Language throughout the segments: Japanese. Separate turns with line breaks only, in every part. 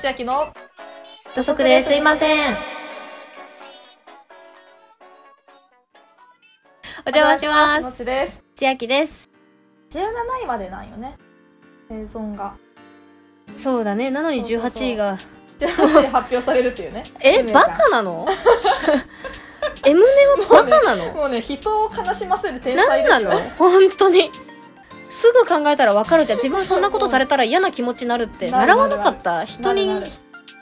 千秋の
土足ですいません。お邪魔し
の
ます。
ちです
千秋です。
17位までなんよね生存が
そうだね。なのに
そうそうそう
18位が。
18位発表されるっていうね
え、
運命じゃん
バカなの エムネはバカなの
もうね人を悲しませる天才
何
で
な
すよ
の本当に。すぐ考えたらわかるじゃん。自分そんなことされたら嫌な気持ちになるって。
なる
習わなかった。人に
なるなる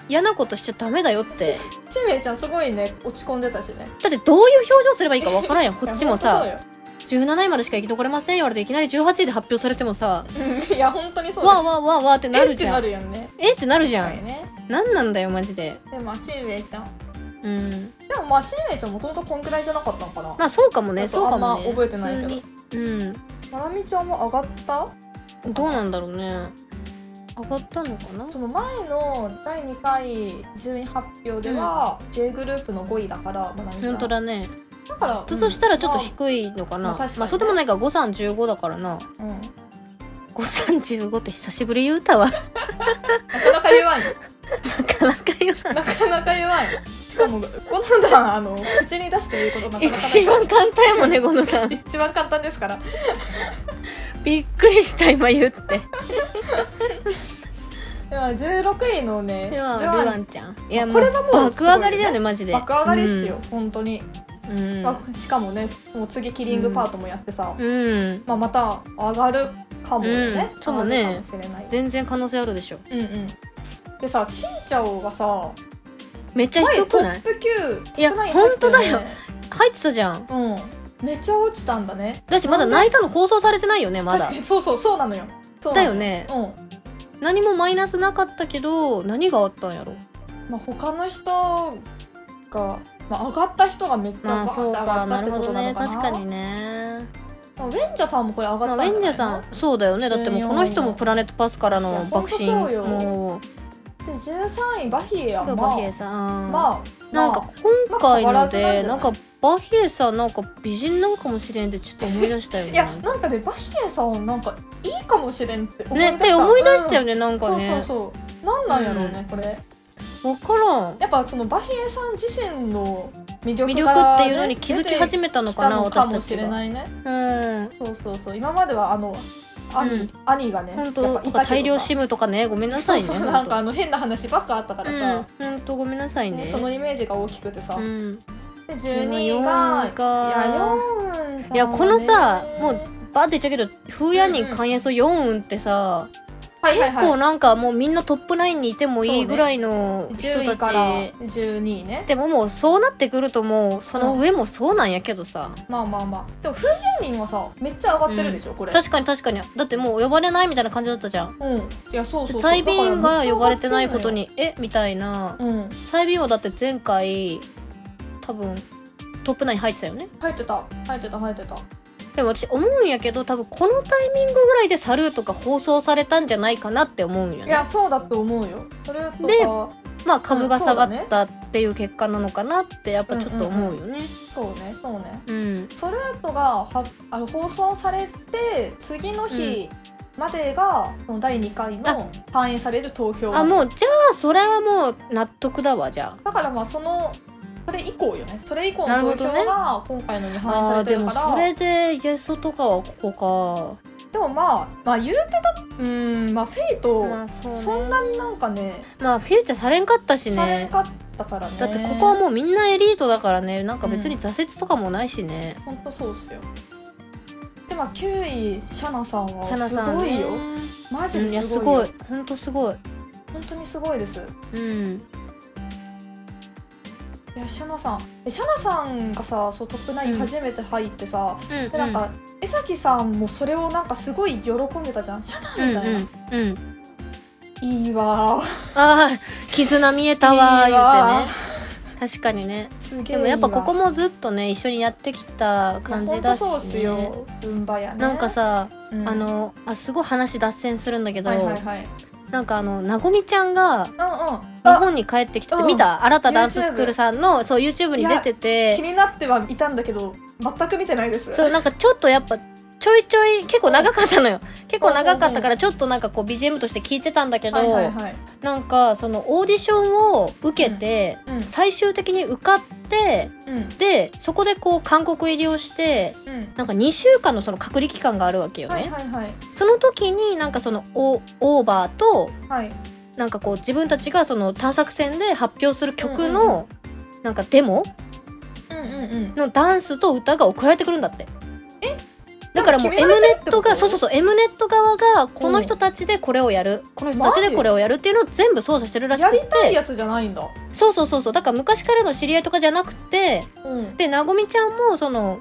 嫌なことしちゃダメだよって。
ちめいちゃんすごいね落ち込んでたしね
だってどういう表情すればいいかわからんやん。こっちも
い
さ、
やほんと
17位までしか生き残れませんよ言われていきなり18位で発表されてもさ、
そうようんいや本当にそうです
わーわーわーわーってなるじ
え
ゃ
っ
ん。
てなるよね
えってなるじゃ
は
ん
い。ね
なんなんだよマジで
でまあしんべヱちゃん
うん
でもまあしんべヱちゃんもともとこんくらいじゃなかったのかな
まあそうかもね
ちょっ
そう
と
か
あんま
もね
覚えてないけど
普通に
まなみちゃんも上がった
うんどうなんだろうね上がったのかな
その前の第2回順位発表では、J グループの5位だからまなみちゃん
本当だね
だから
とそしたらちょっと低いのかな、
まあ
まあ
確かにね
そうでもないから5315だからな
うんまあうんな
5315って久しぶり言うたわ な
かなか弱いよ
かなか言わ
なかなか弱いよしかもこの段あの口に出して言うことなか
ん
なか
一
な
番簡単やもんねこ のさん
い一番簡単ですから
びっくりした今言って
では16位のね
では
ジ
ル
ョアン
ワンちゃんい
ま
や
あ
も
これ
う
はもう
爆上がりだよねマジで
爆上がりっすよ、本当に、
うんうん
まあ、しかもねもう次キリングパートもやってさ、
うん
まあ、また上がるかもね、
うんそうだね
上がるかもしれない
全然可能性あるでしょ
うんうんでさしんちゃおがさ
めっちゃ
前
低
ト
くない
ップ9トップ9
いや
に入ってるね
本入ってたじゃん
うんめっちゃ落ちたんだね
だしまだ泣いたの放送されてないよねま
確
だ
かにそうそうそうなのよそうなの
だよね
う
何もマイナスなかったけど何があったんやろ
ん、まあ、他の人が、まあ、上がった人がめっちゃ
ま
バー
あ
って
そう
上が
か
った
な
って
る
こ
ほど
となの
ね
かな
確かにね
まあウェンジャさんもこれ上がっ
ま
た
あ
んだ
ウェンジャさんそうだよねだってもうこの人もプラネットパスから
いや
の
ほん
爆
と
心
そうよ
も
で13位バヒエや
う
まあ
バヒエさん、
まあ
なんか今回
まあ
の
変わらずなんじゃな
で
い
なんかバヒエさんなんか美人なんかもしれんってちょっと思い出したよ
い
ね
やなんかねバヒエさんなんかいいかもしれんって思い出した
ねって思い出したよ
ね、
ねなん
うん
か
そうそ
ね
うそうなんなんやろうね、これ
わからん
やっぱそのバヒエさん自身の魅力
魅
か
力
ら
って
ね
いうのに気づき始めたのかな
出てきたのか
私
も
た
し
ち
れ
が
ないね
うん
そうそうそう今まではあの兄,、
うん
兄がね
本当
やっぱ
と
いたけど
か
さ
大量シムとかねごめんなさいね
そうそう
ほ
な
んと
んかあの変な話ばっかあったからさ、
うん本当ごめんなさいね
ねそのイメージが大きくてさ、
うん
で12位が
四位か
いやヨンウンさんはね
いやこのさもうバーって言っちゃうけど風やに
うんうん
関越4運ってさ、
はいはいはい
こうなんかもうみんなトップナインにいてもいいぐらいの人
10
た
位か
ち、
ら12位ね
でももうそうなってくるともうその上もそうなんやけどさ、
まあまあまあでもフーヤニンはさめっちゃ上がってるでしょ、これ
確かに確かにだってもう呼ばれないみたいな感じだったじゃん
うんいやそうそうそう
サイビーンが呼ばれてない
だか
こ
ら
と
めっち
にえみたい
ゃ上がっ
な
てんのようん
サイビーンはだって前回多分トップナイン入ってたよね
入ってた入ってた入ってた
でも私思うんやけど多分このタイミングぐらいでサルーとか放送されたんじゃないかなって思うんよ
い
ね
やそうだと思うよそれとか
でまあ株が下がったっていう結果なのかなってやっぱちょっと思うよね
そうねそうね
うん
ソルートがはあの放送されて次の日までが、その第2回の反映される投票
あもうじゃあそれはもう納得だわじゃあ
だからまあそのそれ以降よねそれ以降
な
の
るほ
投
ど
票
ね
が今回のに反映
あ
さ
ー
れて
で
る
も
から
それでイエソとかはここ
でもまあまあ言うてたうーんまあフェイ
か
ト、
まあそう
そ
ね
んなになんかね
まあフューチャーされんかったし
されん
ね
かったからね
だってここはもうみんなエリートだからねなんか別に挫折とかもないしね、
ほんとそうっすよでまあ9位シャナさんは
シャナ
す
さん
ご
ね
いよ、マジ
うんい
で
や
すご
す
い
ご
よ
いほんとすごい
本当にすごいです
うん
いやシャナさんえシャナさんがさそうトップナイ
う
ン
ん
初めて入ってさ、
うん
でなんか江崎さんもそれをなんかすごい喜んでたじゃんシャナみ
う
たい
ん
な、
うんうん
いいわ
ああ絆見えたわ
いい
ー
わ
言ってね確かにね
ー すげえ
でもやっぱここ
も
もずっとね一緒にやってきた感じだし、ね、
そうっすよ文馬やね
なんか、さ、
うん
あのあすごい話脱線するんだけど、
はいはいはい
なんかあのなごみちゃん
うん
が
うん
日
あ
本に帰ってきて
うん
見た新たダンススクールさんのそう YouTube に出て
気
て
になってはいたんだけど全く見てないです
そうなんかちょっとやっぱちょいちょい結構長かったのよ結構長かったからちょっとなんかこう BGM として聞いてたんだけど、
はいはいはい
なんかそのオーディションを受けて、
うん
最終的に受かって
うん
でそこでこう韓国入りをして
うん
なんか2週間のその隔離期間があるわけよね、
はいはいはい
その時になんかそのオオーバーと
はい
なんかこう自分たちがその探索戦で発表する曲のなんかデモ
うんうんうん
のダンスと歌が送られてくるんだってだからもう
じゃあ
M
決められて
ネッ
るって
ト
こと
がそうそうそう M ネット側がこの人たちでこれをやるこの人たち
マ
で
ジ
これをやるっていうのを全部操作してるらし
や
く
りたい
て
やつじゃないんだ
そうそうそうそうだから昔からの知り合いとかじゃなくて
うん
でなごみちゃんもその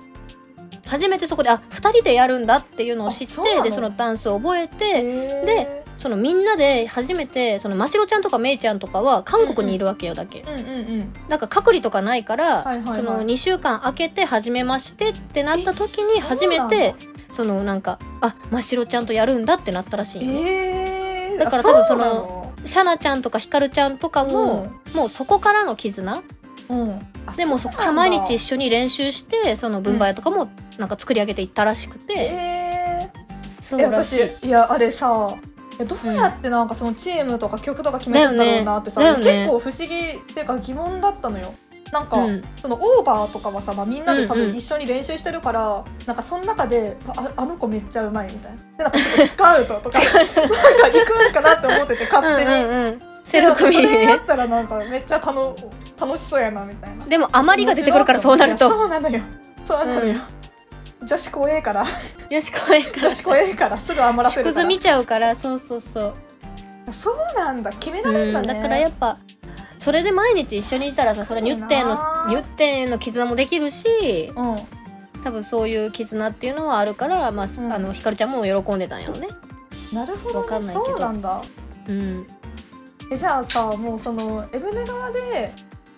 初めてそこであ2人でやるんだっていうのを知っ
あそうな
て
の
でそのダンスを覚え
で
てでそのみんなで初めてそのましろちゃんとかめいちゃんとかは韓国にいるわけよだけ、
うんうんうん
なんか隔離とかないから、
はいはいはい
その2週間空けて初めましてってなった時に
え
初め
そうな
て
ん
そのなんかあましろちゃんとやるんだってなったらしいよね
えー
だから
あ
多分そうの
なの
シャナちゃんとかひかるちゃんとかも、もうそこからの絆
うんあ
でもうそこから
うなん
毎
だ
日一緒に練習してその分配とかもなんか作り上げていったらしくて、
え
そう
ーえ
らし
私
い
いやあれさえどうやってなんかそのチームとか曲とか決めてんだろうなってさ、
だよねだよね
結構不思議っていうか疑問だったのよなんか、
うん
そのオーバーとかはさ、まあ、みんなで多
うんう
分
ん
一緒に練習してるから、なんかその中であああの子めっちゃうまいみたいなでなんかちょっとスカウトと かなんか行くんかなって思ってて勝手に、
うんうんうんセロ組
それや
ね
ったらなんかめっちゃ楽楽しそうやなみたいな
でも余りが出てくるからそうな
い
る
や
と
そうなのよそうなのよ、女子怖えから
よし怖いから
女子怖えからすぐ余らせる
縮
か
図
ら
見ちゃうからそうそうそう、
そうなんだ決めら
う
れる
ん、
んだね、
だからやっぱそれで毎日一緒にいたらさそれはニュッテンの
そうだな
ニュッテンの絆もできるし
うん
多分そういう絆っていうのはあるから、まあ
ん
あのひかるちゃんも喜んでたんやろね、
なるほ
わか
ど
んな
ね
いけ
そ
ど
うなんだ
うん、
えじゃあさもうそのエブネ側で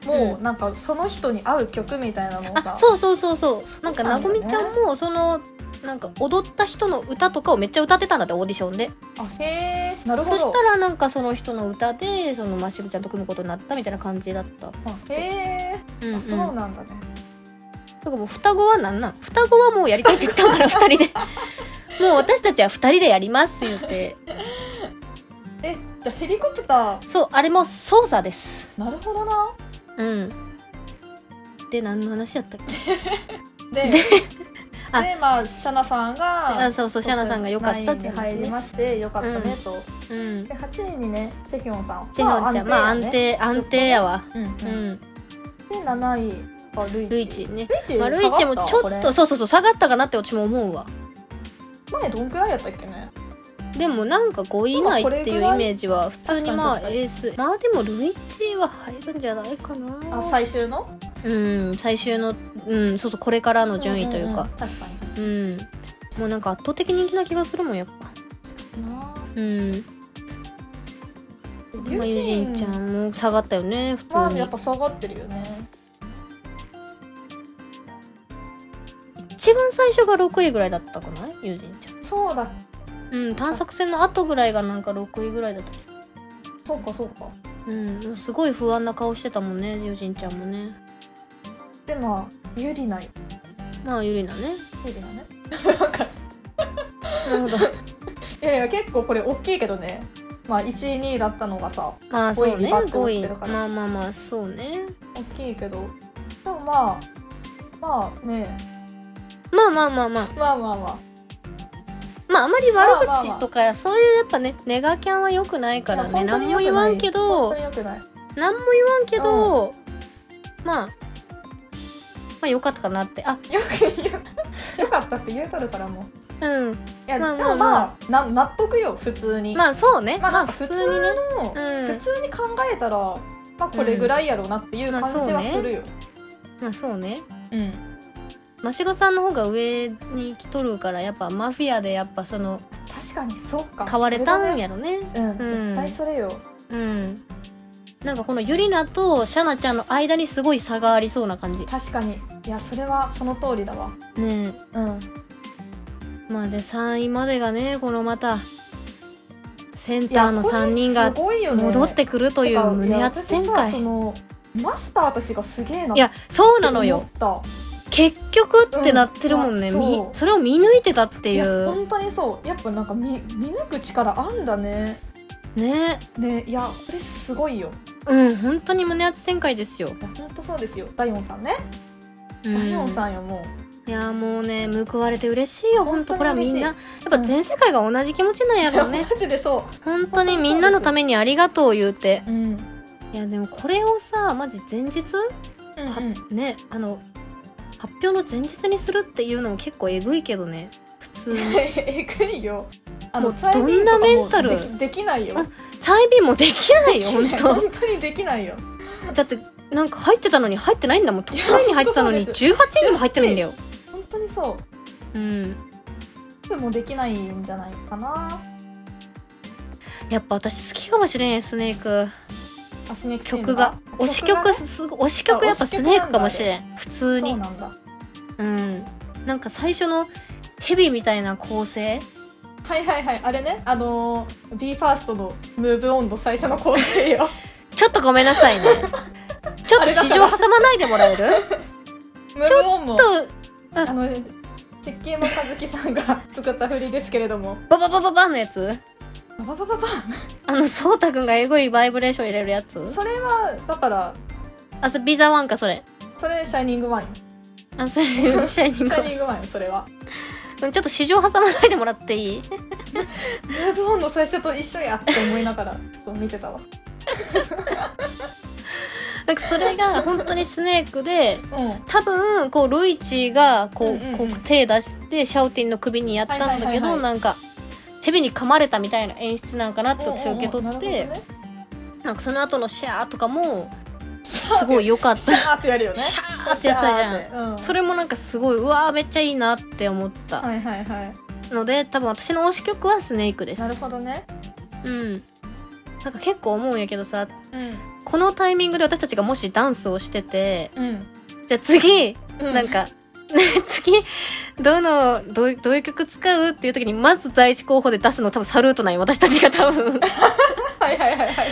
も
う
うなんかその人に合う曲みたいなのをさ、
あそうそうそうそうなんか
な
なん
だ
ご
ね
みちゃんもそのなんか踊った人の歌とかをめっちゃ歌ってたんだってオーディションで
あへえなるほ
そ
ど
したらなんかその人の歌でそのまっしろちゃんと組むことになったみたいな感じだった、
あへえ、
うんう
あ
ん、
そうなんだね
だからもう双子はなんなん双子はもうやりたいって言ったから 二人でもう私たちは二人でやります言って
えじゃあヘリコプタ
そうあれも操作です
ーなるほどな
うんで何の話やったっけ
でで
あ
まあシャナさんが
あそうそうシャナさんが良かったってい
ナイン
う
に
話
入り
ね
まして良かったねと、
うん
で8人にねチェヒョンさん
チェヒョンちゃんまあ安
定
定安定やわ
やね
う
うんうん
ん
で7位がルイチ
ルイチね
ルイチ
まあルイチもちょ
下が
ったと
こ
そうそうそう下がったかなってうちも思うわ
れ前どんくらいやったっけね
でもなんか5位以内っていうイメージは普通にまあ
確かに
エースまあでもルイチは入るんじゃないかな
あ最終の
うん最終のうんそうそうこれからの順位というか
んんん確かに確
う
か
ん、もうなんか圧倒的人気な気がするもんやっぱ
にな
うん
ユ
まあユジンちゃんも下がったよね普通
まあ
に
やっぱ下がってるよね
一番最初が6位ぐらいだったかなユジンちゃ
そうだ
んうん探索戦の後ぐらいがなんか6位ぐらいだった
そうかそうか
うんもうすごい不安な顔してたもんねユジンちゃんもね
でまあユリナユ
まあユリナね
リナねなんか
なるほど
いやいや結構これ大きいけどねまあ1位2位だったのがさ
まあそう
五位に
ね
バックをつ
5
け
位
るから
まあまあまあそうね
大きいけどでもまあまあね
まあまあまあまあ
まあまあまあ
まああまり悪
まあまあま
口
あ
とかやそういうやっぱねネガキャンは良くないから
まあ
ね
本当に
何
良くな
も
い
言わんけど
本当に良くない
何も言わんけど、まあまあよかったかなってあ
よく言うよ かったって言うとるからもう
うん
いや、
まあ
でも
ま
ま
あ
あな納得よ普通に、
まあそうね
ま
ま
あな
あ、
んか
普
普
通
通
にね
の、
う
普
ん
通に考えたらまあこれぐらいやろうなっていう
うんまあ
感じはするよ、
まあそうね
うん
真城さんの方が上に来とるからやっぱマフィアでやっぱその
確かにそうか
買われたん
や、
やろね
うん、
ん
絶対それよ
うんなんかこのユリナとシャナちゃんの間にすごい差がありそうな感じ
確かにいやそれはその通りだわ
ね
うん
えまあで3位までがねこのまたセン
い
ター
や
の
これ
3人が
すごいよね
戻ってくるとい
て
う
か
胸熱展
いや私さ
開
そのマスターたちがすげえない
やそうなの
っ
よ
て思っ
結局ってなってるもんね、
うん
み
そう
それを見抜いてたって
い
い
や
う
本当にそうやっぱなんか見見抜く力あんだね
ね
ねいやこれすごいよ
うん本当に胸熱展開ですよ、
いや本当そうですよダイオンさんね、
う
ダイオン
ん、
さんよも
いやもうね報われて嬉しいよ本当これは
本当に嬉
み
し
ん
い
なやっぱ全世界が同じ気持ちなんや
ういや
ろう ね
マジでそ
本当にみんなのためにありがとう言うて
ううん
いやでもこれをさマジ前日
うんうん
ねあの発表の前日にするっていうのも結構えぐいけどね普 通に
えぐいよあ
もう
再現
どんな
とかも
メンタル
できできないよ
あ再便もできないよ
できない
本
本当にできないよ
当だってなんか入ってたのに入ってないんだもんトップ9に入ってたの
本
に
当
18位にも入ってないんだよ
本当にそ
うん
うでもできないんじゃないかな
やっぱ私好きかもしれんスネーク
あスネークチーム
曲が推し曲
ね
すすごい推し曲やっぱ
あ推し
ス
曲
ネークかもしれん普通
そう
に
なんだ
うんなんか最初のヘビみたいな構成
はいはいはいあれねあのー、BE:FIRST のムーブオンの最初の構成よ
ちょっとごめんな さいねちょっと市場挟まないでもらえる
ムーブオンも
ちょっと
あの鉄球の和樹さんが作った振りですけれども
バババババンのやつ
バババババ
あのそうたくんがエグいバイブレーション入れるやつ
それはだから
あそれビザワンかそれ
それシャイニング ワイン
あそれシャイニン
シ
グ
ャイニングワインそれ は
うんちょっと市場挟まないでもらっていい
ムーブオンの最初と一緒やって思いながらちょっと見てたわ
なんかそれが本当にスネークで
うんはい
多分こうルイチがこう,、
うんうんうん
こう手出してシャオティンの首にやったんだけど、
はいはいはいはい
なんか蛇に噛まれたみたいな演出なんかなって私は受け取って
おうおうなるほ
なんかその後のシャーとかも
どねシャー
すごい良かっ
シ
た
ャーってやるよね
シャーってやつやじ
シャーってう
ゃ
ん
んそれもなんかすごいうわーめっちゃいいなって思った
はいはいはい
ので多分私の推し曲はスネークです
なるほどね
うんなんか結構思うんやけどさ
うん
このタイミングで私たちがもしダンスをしてて
うん
じゃあ次
う
なんか、 次どのどうどういう曲使うっていう時にまず第一候補で出すの多分サルートない私たちが 多分こ
はいはいはいはいは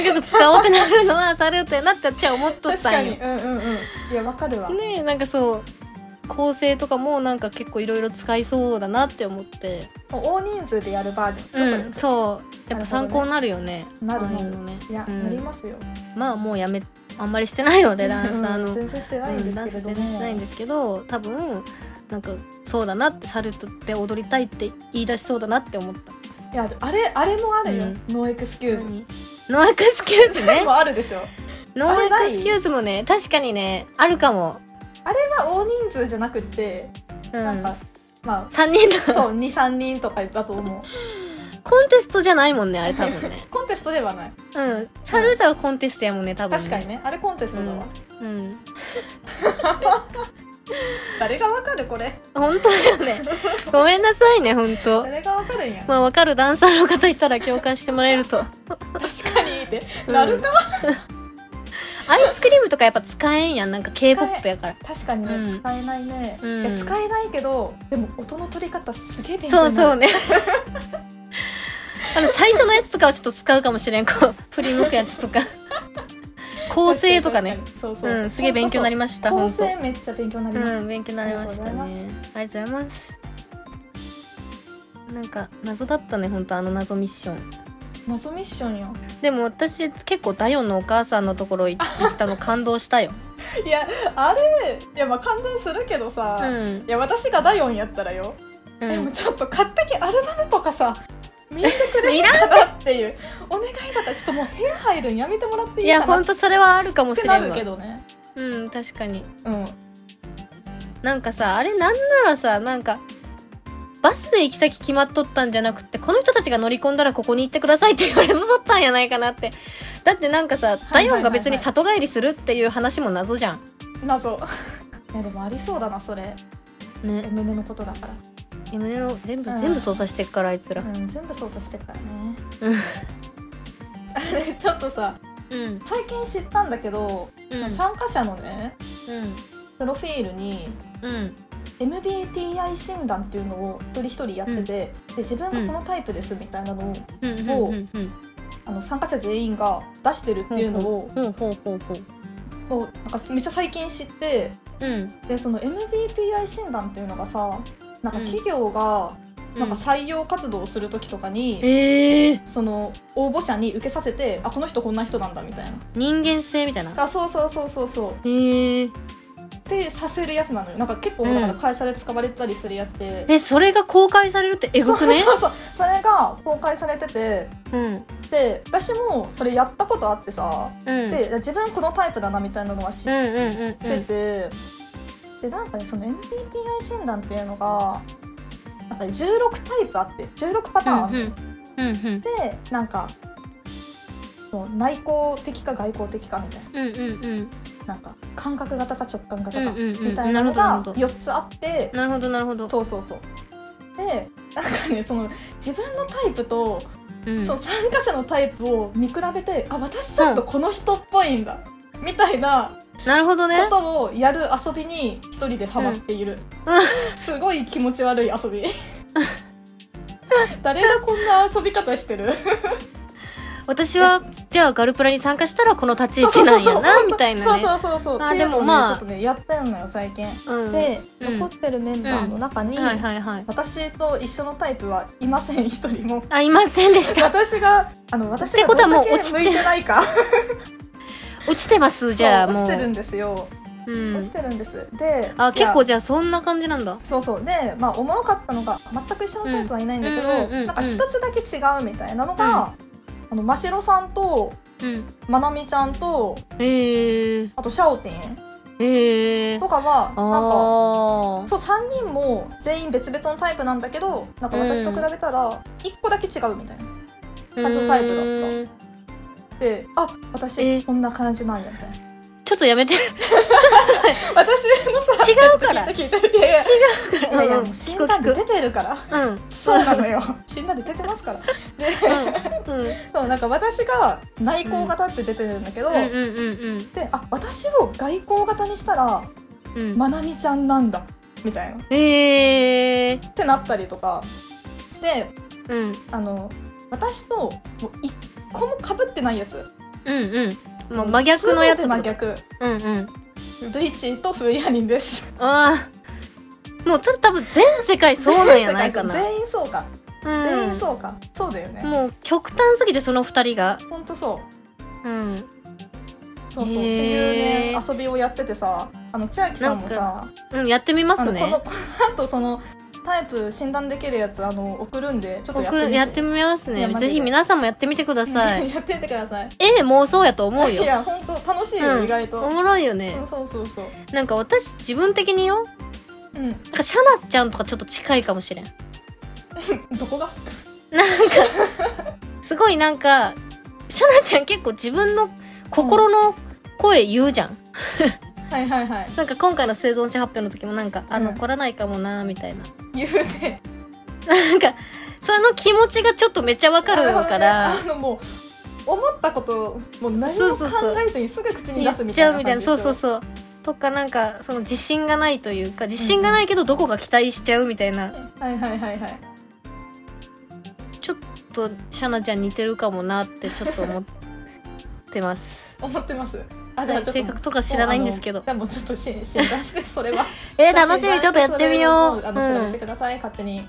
い
の曲使おうってなるのはサルートやなって私は思っとっ
確
た
か
ん
に
よ。ね
うんうんうんいやわかるわ
えなんかそう構成とかもなんか結構いろいろ使いそうだなって思って
もう大人数でやるバージョン
うんそうやっぱ参考になるよね
なる
ああ
ほどね
いうのね
いや、
うん
なりますよ
まあもうやめあんまりしてないのでダンスあの、
うん全然してないん
うん
で
ダ
すけ
ンス
れど
全
も、
然してないんですけど多分なんかそうだなってサルトで踊りたいって言い出しそうだなって思った
いやあれあれもあるよ、
うん
ノーエクスキューズ、
ノーエクスキューズ
それ
ね
もあるでしょ
ノーエクスキューズもね確かにねあるかも、
まあ大人数じゃなくって、
う
なん
ん、
かま
3人
あ
の
そう23人とかだと思う
コンテストじゃないもんねあれ多分ね
コンテストではない
うんサルートはコンテストやもんね多分ね
確かにねあれコンテストだわ、
うん
誰がわかるこれ
本当だよねごめんなさいね本当
誰がわかるんや、
まあわかるダンサーの方いたら共感してもらえると
確かにって、
うん
なるか
アイスクリームとかやっぱ使えんやんなんか k p o p やから
確かにね、
うん
使えないね、
うん
いや使えないけどでも音の取り方すげえ勉
そ
強
う
に
そ
な
う
る
ねあの最初のやつとかはちょっと使うかもしれんこう振り向くやつ とか構成とかね
確にそうそう
う
そう、
んすげえ勉強になり
まし
ました
構
本当
成めっちゃ勉強になります、
うん勉強になりましたねありがとうございますなんか謎だったね本当あの謎ミッション
謎ミッションよ
でも私結構ダヨンのお母さんのところ行ったの感動し たよ
いやあれいやまあ感動するけどさ、
うん
いや私がダヨンやったらよ、
う
でも
ん
ちょっと勝手にアルバムとかさ見てくれへんかなっていう お願いだからちょっともう部屋入るんやめてもらってい
い
い
や
かな
本
っ
当それはあるかもしてれ
なんる
わ
けどね
うん確かに
うん
なんかさあれなんならさなんかバスで行き先決まっとったんじゃなくてこの人たちが乗り込んだらここに行ってくださいって言 われとったんやないかなってだってなんかさダ
いはいはいはい
イオンが別に里帰りするっていう話も謎じゃん
謎 いやでもありそうだなそれ
ね
MM のことだから、
え胸の全部、
うん
全部操作してっからあいつら
うん、全部操作してるからね
うん
あれ ちょっとさ
うん
最近知ったんだけど、
うん
参加者のねプロフィールに
うん
MBTI 診断っていうのを一人一人やってて、で自分がこのタイプですみたいなのを、
うんうん
ほう
うんうん
あの参加者全員が出してるっていうのを、
ほうほうほうほう
そうなんかめっちゃ最近知って
うん
でその MBTI 診断っていうのがさなんか
うん
企業がなんか
うん
採用活動をする時とかに、
えー、
その応募者に受けさせてあこの人こんな人なんだみたいな
人間性みたいな
あそうそうそうそうそう
えー、
でさせるやつなのよなんか結構
うん
だから会社で使われてたりするやつで、
えそれが公開されるってえぐくね
そうそうそれが公開されてて
うん
で私もそれやったことあってさ、
うん
で自分このタイプだなみたいなのは知っ
うんうんうん
ってて、でなんかねその MBTI 診断っていうのがなんかね16タイプあって16パターンあっ
うんうんうんうん
て、なんかもう内向的か外向的かみたい
うんうんうん
ななんか感覚型か直感型か
うんうんうん
みたいなの
なる
が
ほどなるほど
4つあって、
なるほどなるほど
そうそうそう。でなんかねその自分のタイプと、
うん
その参加者のタイプを見比べてあ私ちょっとこの人っぽいんだ、みたいな
なるほどね
ことをやる遊びに一人でハマっている、
うん
すごい気持ち悪い 遊び誰がこんな遊び方してる
私はじゃあガルプラに参加したらこの立ち位置なんやなみたいなね
そうそうそうそう
あ
っていうのを
でも
ねち
まあ
ょっとねやってんのよ最近、
うん
で
うん
残ってるメンバーの中に、
はいはいはい
私と一緒のタイプはいません一人も
あいません でした
私があの私
って
が
ことは
どん
もう
だけ
落ちて
向いてないか
落ちてますじゃあ
そう
も
落ちてる
うん
ですよ、
うん
落ちてるんですで
あ
いや
結構じゃあそんな感じなんだ
そうそうでまあおもろかったのが全く一緒のタイプはいないんだけど、
うんうんうんうん
なんか一つだけ違うみたいなのが、あのましろさんと
うん
まなみちゃんと
へえ
あとシャオティン
へえ
とかはなんか
あー
そう3人も全員別々のタイプなんだけどなんか私と比べたら1個だけ違うみたいな。感じのタイプだった
うーん
であ
え
私こんな感じなんやみたいな。
ちょっとやめて違
私のさ
うから
や つ聞いて聞いていやいや
違うから
いやいや
うん
もう診断で
聞
出てるから
くうん
そうな のよ診断で出てますから。で
うんうん
そうなんか私が内向型って出てるんだけど、
うんうんうん
であ私を外交型にしたら
うんうん
まなみちゃんなんだみたいなっ
へえ
てなったりとかで
うん
あの私ともう一個も被ってないやつ
うんうんもう真逆のやつ
全
と
て真逆
うんうん
ルイチーとフーヤリンです
ああもうそれ多分全世界そうなんやないかな
全員そうか、
うん
全員そうかそうだよね
もう極端すぎてその二人が
ほんとそう
うん
そうそうっていう
へー
ね遊びをやっててさあの千秋さんもさ
うんやってみま
あ
す
のこの
ね
この後そのタイプ診断できるやつあの送るんでちょっとやって
送
み
る
て
やってみます
いや
ね
マジで
ぜひ皆さんもやってみてくださ い
やってみてください
ええ妄想やと思うよ
いや本当楽しいよ、
うん
意外
お
と、
もろいよ
う
ね
ん、そうそうそう
なんか私自分的によ
う
なんかシャナちゃんとかちょっと近いかもしれん
んどこが
なんかすごいなんかシャナちゃん結構自分の心の声言うじゃん、
はいはいはい
なんか今回の生存者発表の時もなんかあ
うん
残らないかもなみたいな、
言うね
なんかその気持ちがちょっとめっちゃわかる
なほどね
から、
あのもう思ったことをもう何
そ
も
う
考
そうそう
えずにすぐ口に
言
出す
っ
み
ち
た
ゃ
いな
うみたいなそうそうそうとかなんかその自信がないというか自信がないけどどこか期待しちゃうみたいな、
うはいはいはいはい
ちょっとシャナちゃん似てるかもなってちょっと思っ てます、
思ってますあ
はい、性格とか知らないんですけど
でもうちょっとし診断してそれは
えー、楽しみちょっとやってみよ
診断し てそれをあの調べ
う、うん、は
て
い
ください勝手に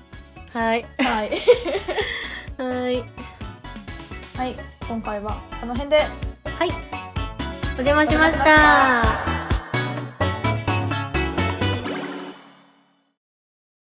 はい
はい
はい
はい今回はこの辺で
お邪魔しま
お邪魔
し
しま
た